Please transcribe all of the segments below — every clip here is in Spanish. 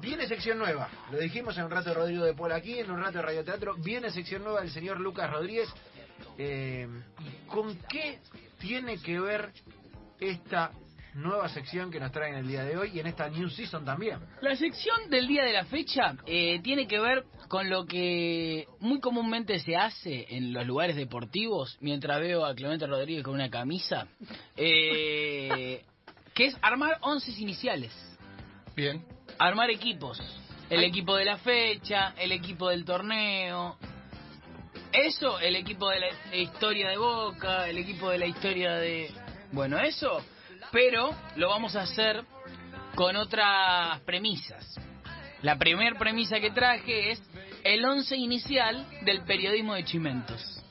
Viene sección nueva. Lo dijimos en un rato de Rodrigo de Paul aquí, en un rato de radioteatro. Viene sección nueva del señor Lucas Rodríguez. Eh, ¿Con qué tiene que ver esta nueva sección que nos traen el día de hoy y en esta new season también? La sección del día de la fecha eh, tiene que ver con lo que muy comúnmente se hace en los lugares deportivos, mientras veo a Clemente Rodríguez con una camisa, eh, que es armar once iniciales, Bien. armar equipos. El equipo de la fecha, el equipo del torneo. Eso, el equipo de la historia de Boca, el equipo de la historia de... Bueno, eso, pero lo vamos a hacer con otras premisas. La primera premisa que traje es el once inicial del periodismo de Chimentos.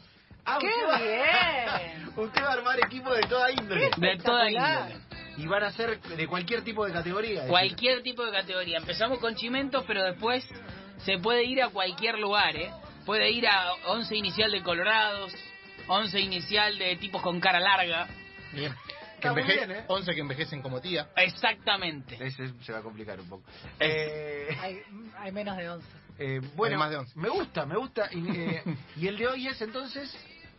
Ah, ¡Qué usted va- bien! usted va a armar equipos de toda índole. De toda Espectacular. índole. Y van a ser de cualquier tipo de categoría. Cualquier tipo de categoría. Empezamos con Chimentos, pero después se puede ir a cualquier lugar, ¿eh? Puede ir a once inicial de Colorados, once inicial de tipos con cara larga. Bien. Que Está muy enveje- bien, ¿eh? 11 que envejecen como tía. Exactamente. Ese se va a complicar un poco. Eh, Hay, hay menos de 11. eh, bueno, Hay más de once. me gusta, me gusta. Y, eh, y el de hoy es entonces.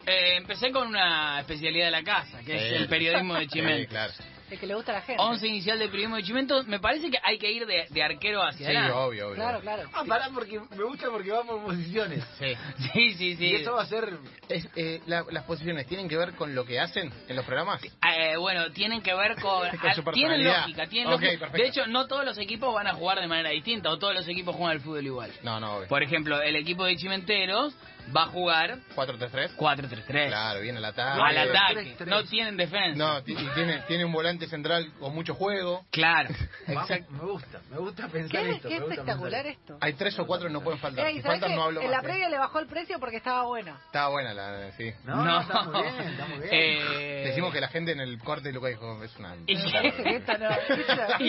Eh, empecé con una especialidad de la casa, que es Sí. el periodismo de Sí, Chimentos. claro. El que le gusta a la gente. 11 inicial de periodismo de Chimentos, me parece que hay que ir de, de arquero Sí, hacia adelante. obvio, obvio. Claro, claro. Ah, pará, porque me gusta porque vamos por posiciones. Sí. Sí, sí, sí. Y esto va a ser. Es, eh, la- las posiciones tienen que ver con lo que hacen en los programas. Eh, bueno, tienen que ver con... Con su ah, tienen personalidad. lógica, tienen Ok, lógica. perfecto. De hecho, no todos los equipos van a jugar de manera distinta, o todos los equipos juegan al fútbol igual. No, no, obvio. Por ejemplo, el equipo de Chimenteros va a jugar 4-3-3. 4-3-3. Claro, viene el ataque. Al Cuatro, ataque, tres, tres. no tienen defensa. No, ti- y tiene, tiene un volante central con mucho juego. Claro, Vamos, exacto. Me gusta, me gusta pensar Qué, esto. qué me gusta espectacular pensar esto. Hay tres o cuatro que no pueden faltar. Mira, y Si sabés faltan, que no hablo en la más. ¿eh? previa le bajó el precio porque estaba bueno. Estaba buena la. Sí. esto. No, no, está muy bien, está muy bien. Eh, Decimos que la gente en el corte lo que dijo es una. Y que- Esta no, esta- y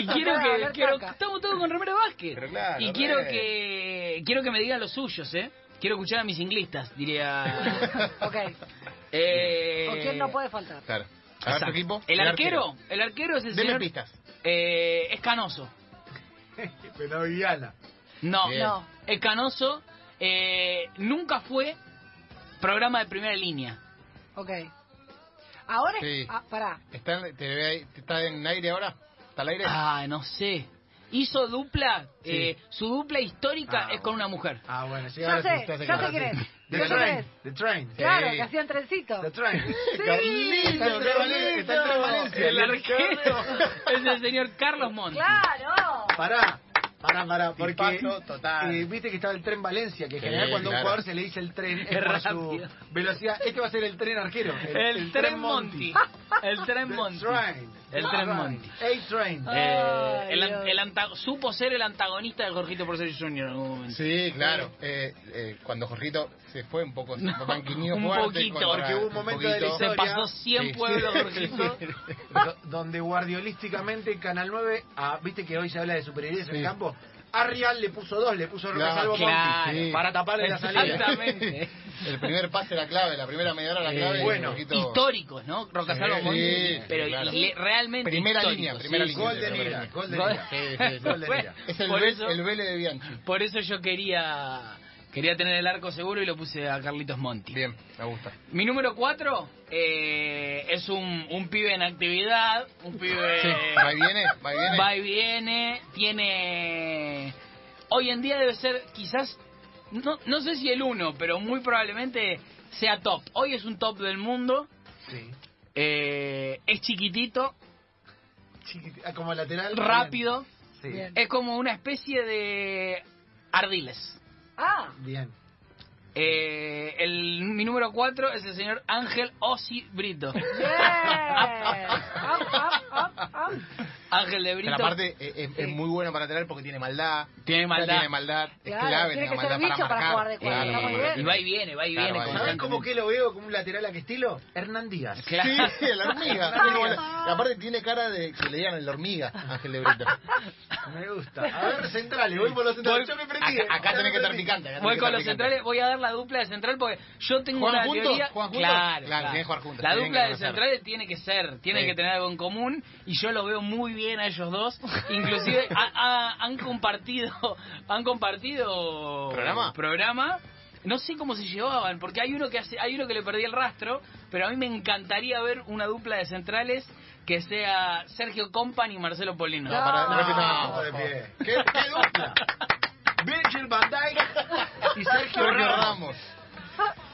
esta quiero no, que Albert quiero, Caca. estamos todos con Romero Vázquez Pero claro, y quiero re. que quiero que me digan los suyos eh quiero escuchar a mis inglistas diría Ok. eh, ¿Con quién no puede faltar? Claro. A ver tu exacto. equipo. el arquero el arquero es el Deme señor pistas. eh, es canoso Pero Viviana. no Bien. No. es canoso eh, nunca fue programa de primera línea Ok. Ahora, Sí. ah, pará. ¿Está, en- te ve ahí- ¿Está en aire ahora? ¿Está al aire? ah no sé hizo dupla Sí. eh, su dupla histórica Ah, es con bueno. una mujer Ah, bueno, sí, Yo ahora sé, sí, está yo secado. sé quién es, The yo sé quién train, es. the train. Claro, Sí. que hacían trencito. The train. Carlito, Está el Tren Valencia, está el Tren Valencia. el arquero es el señor Carlos Monti Claro. Pará, pará, pará, porque Impacto total. eh, viste que estaba el tren Valencia, que en Sí, general cuando a un claro. jugador se le dice el tren es Qué por rápido. su velocidad. Este va a ser el tren arquero. El, tren Monti. El tren Monti. The train. El The Tren Monti. El tren. Eh, Ay, el an- Dios. el anta- supo ser el antagonista de Jorgito Porcelli Jr. en algún momento. Sí, claro. Eh, eh, cuando Jorgito se fue un poco, se No, manquinió un fuerte poquito, contra- porque hubo un momento de poquito. Se Gloria. pasó 100 Sí. pueblos Jorgito. Do- donde guardiolísticamente Canal 9, ah, viste que hoy se habla de superhéroes en Sí. el campo, a Real le puso dos, le puso Roca Claro, Salvo Monti, claro. para taparle la salida. Exactamente. El primer pase era clave, la primera media hora era Eh, clave. y bueno, Jorgito- Históricos, ¿no? Rocasalvo Sí, Monti. sí, pero claro. le- realmente Primera históricos, línea, sí, primera sí, línea. Gol de Lira, gol de Lira. Sí, sí, sí. Gol de Lira. Es el, Por Vel- eso- el Vélez de Bianchi. Por eso yo quería quería tener el arco seguro y lo puse a Carlitos Monti. Bien, me gusta. Mi número 4 es un, un pibe en actividad, un pibe Sí, Eh, va y viene, va y viene. va y viene, tiene... Hoy en día debe ser quizás, no, no sé si el uno, pero muy probablemente sea top. Hoy es un top del mundo, Sí. eh, es chiquitito, Chiquiti- ah, Como lateral. rápido, Sí. Bien. es como una especie de ardiles. Ah, Bien. Eh, el, mi número 4 es el señor Ángel Ossi Brito. bien. Up, up, up, up. Ángel de Pero Brito aparte eh, es, es Sí. muy buena para lateral porque tiene maldad. tiene maldad. Eh, Tiene maldad. Es Claro, clave tiene tener que maldad ser bicho para marcar. jugar de cuatro, Claro, está muy porque bien. Y tiene- va y viene, va y Claro, viene. como va y viene. ¿Sabes tanto. cómo que lo veo como un lateral a qué estilo? Hernán Díaz. Claro. Sí, la hormiga. Tiene como la- y aparte tiene cara de que le digan el hormiga, Ángel de Brito. Me gusta. A ver, centrales, voy por los centrales. Voy- Yo me prendí. eh. Acá, ya acá tenés me que estar prendí. picante. eh. acá tenés Voy que con estar los picante. centrales, voy a dar la dupla de central porque yo tengo ¿Juegan una juntos? teoría. ¿Juegan juntos? Claro, Claro, tienen que jugar juntos, La tienen dupla que de conocer. centrales tiene que ser, tiene Sí. que tener algo en común y yo lo veo muy bien a ellos dos. Inclusive ha- ha- han compartido, han compartido ¿Programa? programa. No sé cómo se llevaban, porque hay uno que hace, hay uno que le perdí el rastro, pero a mí me encantaría ver una dupla de centrales que sea Sergio Compan y Marcelo Polino. No, para, No. repita, No, de por favor. pie. ¿Qué, qué dupla? Virgil van Dijk y Sergio Sergio Ramos. Ramos.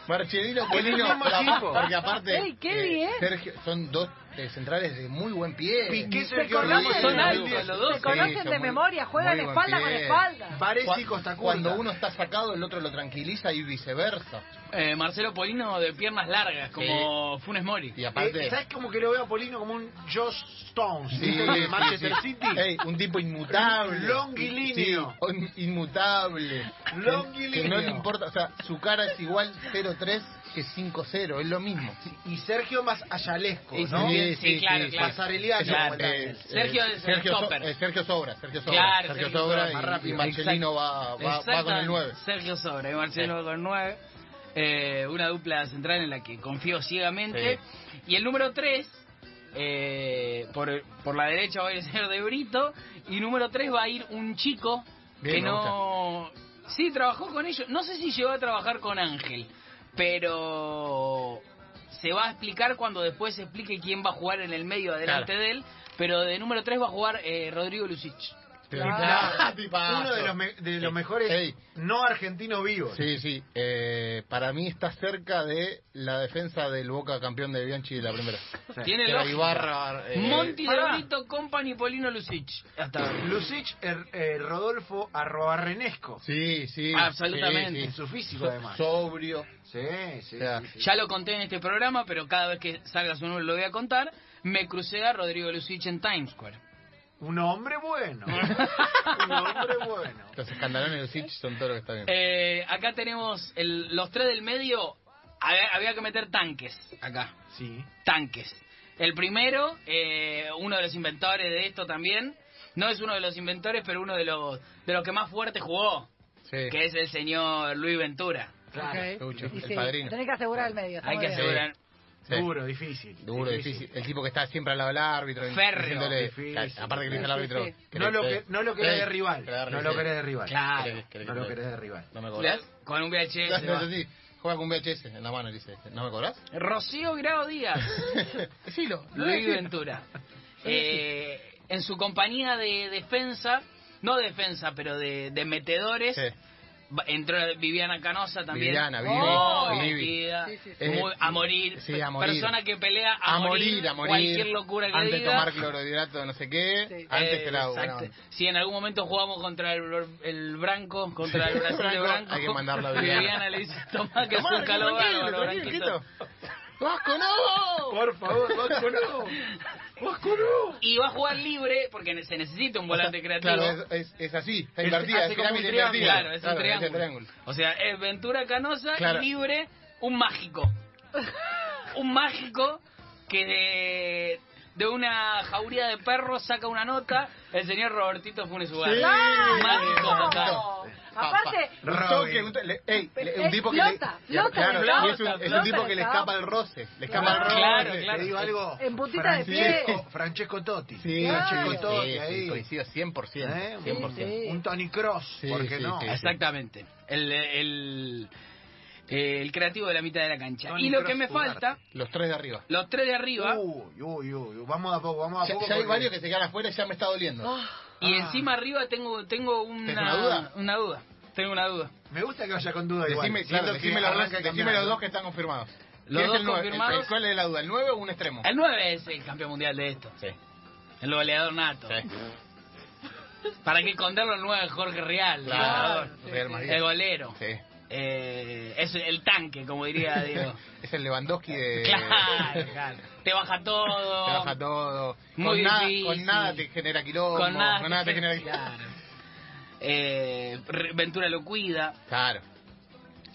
Marchelino Polino, mismo pero equipo. aparte- porque aparte eh, Ey, qué bien. Sergio, son dos eh, centrales de muy buen pie. Piqué, Sí, Sergio Se Ramos. conocen, Son se altos los dos. Se conocen son de muy- memoria, juegan muy buen espalda con pie. espalda. Parece y Cu- Costa Curta. Cuando uno está sacado, el otro lo tranquiliza y viceversa. Eh, Marcelo Polino de piernas largas, como Funes Mori. Y Eh, aparte... ¿Sabes como que lo veo a Polino como un Josh Stones? Sí, ¿viste? de sí, Manchester sí. Eh. City. Ey, un tipo inmutable. Longilíneo. Sí, un- inmutable. Longilíneo. Que no le importa, o sea, su cara es igual 0-3 que 5-0, es lo mismo. Y Sergio más ayalesco, Sí, ¿no? sí, claro, claro. Pasareliano, Claro, como Eh, tal. Sergio es el Sergio, stopper. eh, Sergio Sobra, Sergio Sobra. Claro, Sergio, Sergio Sobra, Sobra, más y, rápido. y Marcelino va, va- va Exactamente. con el 9. Sergio Sobra y Marcelo con 9. Eh, una dupla central en la que confío ciegamente. Y el número 3, por, por la derecha va a ir el señor De Brito. Y número 3 va a ir un chico Bien, que me no... Sí, trabajó con ellos. No sé si llegó a trabajar con Ángel, pero se va a explicar cuando después se explique quién va a jugar en el medio adelante de él. Pero de número 3 va a jugar eh, Rodrigo Lucich. Claro. Ah, Tipazo. Uno de los, me- de los Sí. mejores Ey. no argentinos vivos. Sí, sí. eh, para mí está cerca de la defensa del Boca campeón de Bianchi de la primera. Tiene Eh, Que era lógica. Ibarra, eh, Monti de pará. Brito, Company, Polino, Lucich. Hasta ahora. Lucich er- eh, Rodolfo Arrobarrenesco. Sí, sí. Absolutamente. sí, En sí. su físico, So- además. sobrio. Sí, sí, O sea, sí, sí. Ya lo conté en este programa, pero cada vez que salga su número lo voy a contar. Me crucé a Rodrigo Lucich en Times Square. Un hombre bueno. Un hombre bueno. Los escandalones de Sitch son todo lo que está bien. Eh, acá tenemos el- los tres del medio. Había, había que meter tanques acá. Sí. Tanques. El primero, eh, uno de los inventores de esto también. No es uno de los inventores, pero uno de los, de los que más fuerte jugó. Sí. Que es el señor Luis Ventura. Claro. Ok. Lucho, Y el sí, padrino. Tenés que asegurar el medio. está Hay muy que bien. asegurar. Sí. Duro, difícil. Duro, difícil. El tipo que está siempre al lado del árbitro. Férreo, diciéndole- difícil. Aparte que le dice al Sí, árbitro. sí, sí. No lo, que, querés- no lo querés de querés- rival. querés No lo querés de rival. Claro. Querés- querés- No lo querés- querés de rival. No me ¿Ves? cobras. Con un No, VHS. no, va. sí. Juega con un VHS en la mano y dice, ¿no me cobras? Rocío Grado Díaz, Decilo. lo Luis decís. Ventura. Eh, en su compañía de defensa, no defensa, pero de, de metedores, Sí. va- entró Viviana Canosa también. Viviana, Vivi, Muy Vivi. metida, Sí, sí, sí. muy- a morir. Sí, a morir. Persona que pelea a, A morir, a morir. Cualquier locura que Antes de diga. tomar clorhidrato de no sé qué. Sí. Antes Eh, que la exacto. bueno, Si en algún momento jugamos contra el, el Branco, contra el Brasil de Branco, Branco, hay que mandarlo a Viviana. le dice, tomá que es Tomá, un calor tranquilo, bárbaro, tranquilo, Branquito". quieto. ¡Vasco, no! Por favor, Vasco no. Vasco no. Y va a jugar libre porque ne- se necesita un volante creativo. Claro, es, es, es así, está Es- invertida, hace es como un pirámide triángulo, invertida. Claro, es un triángulo. O sea, es Ventura Canosa, Claro. libre, un mágico. un mágico que de, de una jauría de perros saca una nota el señor Robertito Funes Ugarte. Sí. Mágico total. ¡Claro! Aparte, Un Robin. toque, un to- le- ey, le- un Ey, tipo que flota, le, flota, claro, flota, y es un, es un flota, tipo que le flota. escapa el roce, le escapa el roce. Claro, claro. Te digo algo. En puntita de Francesco- pie. Francesco Totti. Sí, Francesco sí, Totti sí, ahí. sí, coincido 100%, ¿Eh? 100%. Sí, sí. Un Tony Cross, Sí, ¿por qué sí, no? sí. Exactamente. El, el, eh, el creativo de la mitad de la cancha. Toni y lo que Kroos me Ugarte. falta, Los tres de arriba. los tres de arriba, Uh. Uy, uy, uy, uy. Vamos a poco, vamos a Ya, poco. ya hay porque- varios que se quedan afuera y ya me está doliendo. y Ah. encima arriba tengo, tengo una, una duda? una duda. Tengo una duda. Me gusta que vaya con duda igual. Decime, claro, siendo que decime, los, dos, arranca decime cambiando. los dos que están confirmados. Los ¿Quién es dos el nueve? confirmados. ¿El- ¿Cuál es la duda? ¿El 9 o un extremo? El 9 es el campeón mundial de esto. Sí. El goleador nato. sí. ¿Para qué esconderlo el 9 Jorge Real? Claro, el Real goleador, Madrid. El golero. Sí. Eh, es el tanque, como diría Diego. Es el Lewandowski de... claro, claro. Te baja todo. Eh, Te baja todo. Muy con, nada, difícil. con nada te genera quilombo. Con nada, te genera Claro. Eh, Re- Ventura lo cuida. Claro.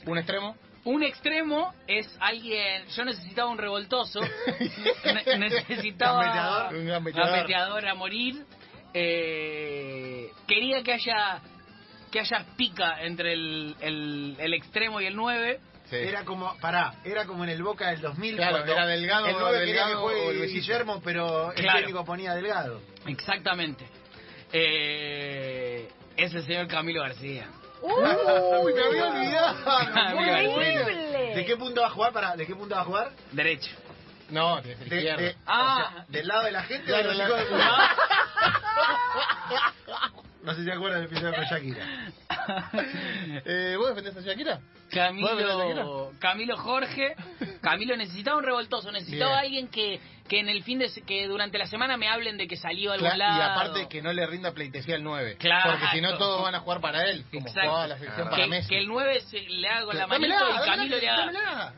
Un extremo. Un extremo es alguien. Yo necesitaba un revoltoso. Ne- necesitaba. Gambeteador. Un gambeteador. gambeteador a morir. Eh, eh, Quería que haya que haya pica entre el, el, el extremo y el 9. Sí. Era como, pará, era como en el Boca del 2000. Claro, cuando era Delgado, El 9 quería que Delgado o juegue Luisito. Guillermo, pero el Claro. técnico ponía Delgado. Exactamente. Eh, es el señor Camilo García. ¡Uh! Uy, me había Muy olvidado. Muy bueno. bueno. ¡Horrible! ¿De qué punto va a jugar? Pará, ¿de qué punto va a jugar? Derecho. No, de De- izquierda. de- Ah. o sea, ¿Del lado de la gente o de Claro, los la- hijos de puta? No sé si se acuerdan del episodio con Shakira. Eh, ¿Vos defendés a Shakira? ¿Vos defendés a Shakira? Camilo, Camilo Jorge, Camilo necesitaba un revoltoso, necesitaba alguien que, que en el fin de se- que durante la semana me hablen de que salió a algún Claro, y lado. aparte que no le rinda pleitesía al 9. Claro. Porque si no todos van a jugar para él, como Exacto. Ah. jugaba la selección Que- para Que- Messi. que el 9 se le haga con la manito Dámela, y dámela, Camilo le haga. dámela.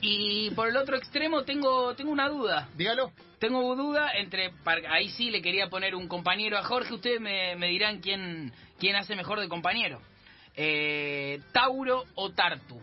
Y por el otro extremo tengo tengo una duda. Dígalo. Tengo duda entre par- ahí sí le quería poner un compañero a Jorge. Ustedes me, me dirán quién quién hace mejor de compañero. Eh, Tauro o Tartu.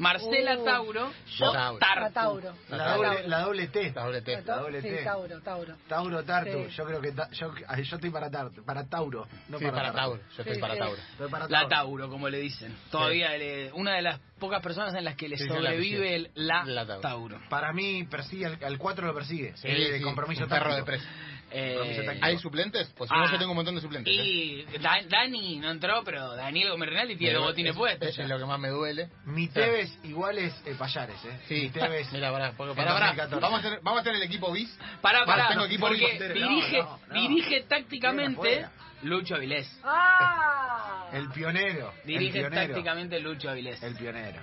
Marcela Uh, Tauro yo- o Tauro. A Tauro. La doble, la doble T. La doble T. La doble Sí, T. Tauro, Tauro. Tauro Tartu. Sí. Yo creo que. ta- yo, ay, yo estoy para, Tartu, para Tauro. No Sí, para, para Tauro. Yo estoy Sí, para sí. Tauro. Estoy para La Tauro, como le dicen. Todavía le- una de las pocas personas en las que le Sí, sí, sobrevive el, la, La Tauro. Tauro. Para mí, persigue al, 4 lo persigue. Sí, Eh, sí, compromiso un perro de táctico. presa. Eh, Compromiso táctico. ¿Hay suplentes? Pues si Ah. no, yo tengo un montón de suplentes. ¿eh? y Da- Dani no entró, pero Daniel Gómez Rinaldi tiene Pero los botines es- puestos. Es, ya. es lo que más me duele. Mi Tevez igual es eh, Payares, ¿eh? Mi Sí. Tevez. Mira, pará, porque- en pará, pará. 2014. Vamos a hacer, vamos a hacer el equipo bis. Pará, Bueno, pará, tengo equipo porque libre. dirige, No, no, no. dirige tácticamente Fuera, Lucho Avilés. ¡Ah! El pionero. Dirige el pionero. tácticamente Lucho Avilés. El pionero.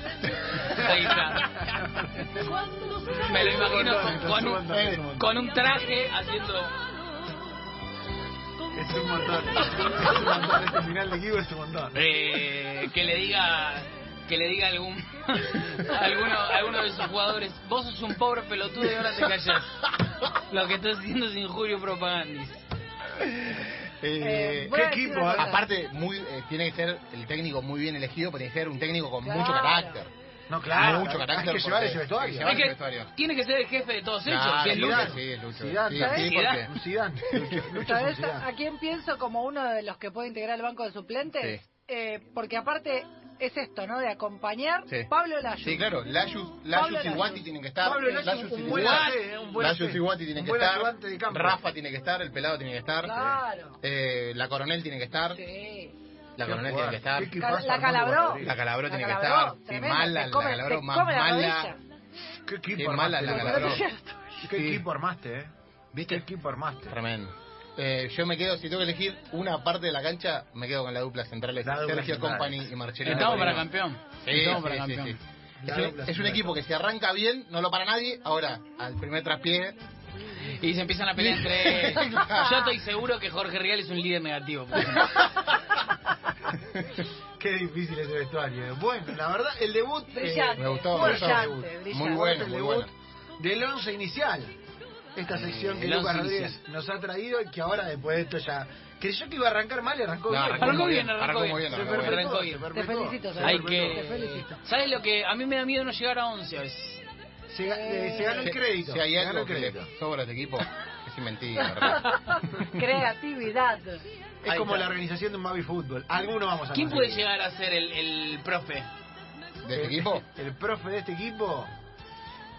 Ahí está. Me lo imagino con, con Es un montón, es un un, montón. con un traje haciendo... Es un montón. Es un montón. Este final de equipo es un montón. eh, que le diga que le diga algún alguno alguno de sus jugadores vos sos un pobre pelotudo y ahora te callas lo que estás haciendo es injurio propagandis Eh, voy a ¿qué decir equipo, una eh? cosa. Aparte, muy, eh, tiene que ser el técnico muy bien elegido, pero tiene que ser un técnico con Claro. mucho carácter. No, claro. Mucho carácter Hay que llevar porque- ese vestuario. Llevar es el que vestuario. tiene que ser el jefe de todos ellos Claro, que es Zidane. Lucho. Lucho, sí, es Lucho. Zidane, Sí, ¿sabes? sí, porque- Un Zidane. Lucho- Lucho es un ¿Sabes Zidane. a quién pienso como uno de los que puede integrar el banco de suplentes? Sí. Eh, porque aparte es esto, ¿no? De acompañar Sí. Pablo Layo. Sí, claro, Layus, Pablo Layus y Layus. Guati tienen que estar. Pablo Layus, Layus un y buen Guati- ate, un buen Layus ate. y Guati tienen Un que buen estar. ayudante de campo. Rafa tiene que estar, el pelado tiene que estar. Claro. Eh, la coronel tiene que estar. Sí. La coronel jugar. tiene que estar. Qué equipazo, La- la Armando Calabró. Rodríguez. La Calabró La tiene que Calabró, estar. Qué tremendo, mala, te la come- Calabró te más come la mala. rodilla. Qué equipo Qué armaste, mala la Lucho. Calabró. Qué Sí. equipo armaste, eh. Qué ¿Viste? equipo armaste. Tremendo. Eh, yo me quedo, si tengo que elegir una parte de la cancha, me quedo con la dupla central de La dupla Sergio central. Company y Marcelino. estamos para Pellegrini. campeón Sí, estamos sí, para sí, campeón sí. La Es un- dupla Es, un central. equipo que se arranca bien, no lo para nadie. Ahora, al primer traspié, y se empiezan a pelear entre yo estoy seguro que Jorge Rial es un líder negativo por ejemplo. Qué difícil ese vestuario. eh. Bueno, la verdad, el debut. eh, Brillante. me gustó. me gustó. Brillante, Muy brillante. bueno, el muy debut bueno. Eh, del once inicial. Esta sección que el Lucas once Rodríguez nos ha traído y que ahora después de esto ya... Creyó que iba a arrancar mal y arrancó No, bien. arrancó Arrancó muy bien, arrancó arrancó bien. muy bien, Se arrancó bien. perfectó, bien. se Te perfectó. felicito, Se Seba. hay Te que felicito. sabes lo que a mí me da miedo no llegar a 11 a veces Se, ga- eh, se ganó el Si- crédito. Si hay se ganó algo el que crédito. le sobra a este equipo, es mentira. ¿verdad? Creatividad. Es Ahí como está. la organización de un Mavi Fútbol. Alguno vamos a quién puede conseguir. llegar a ser el, el profe ¿De este El- equipo? El profe de este equipo.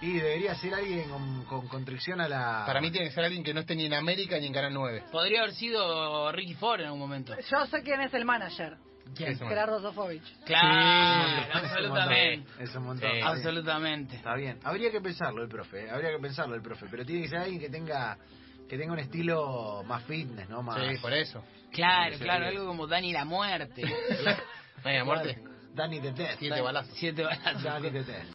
Y debería ser alguien con, con constricción a la. Para mí tiene que ser alguien que no esté ni en América ni en Canal 9. podría haber sido Ricky Ford en algún momento Yo sé quién es el manager. ¿Quién? Gerardo Sofovich. Claro, Es un montón, absolutamente. Es un montón. Sí. Está bien, Absolutamente. Está bien. Habría que pensarlo el profe. eh, Habría que pensarlo el profe. Pero tiene que ser alguien que tenga que tenga un estilo más fitness, ¿no? Más. Sí, por eso. Claro, Sí. claro, algo como Dani la muerte. Media muerte. Dani Tete. Siete balazos. Siete balazos. Dani Tete.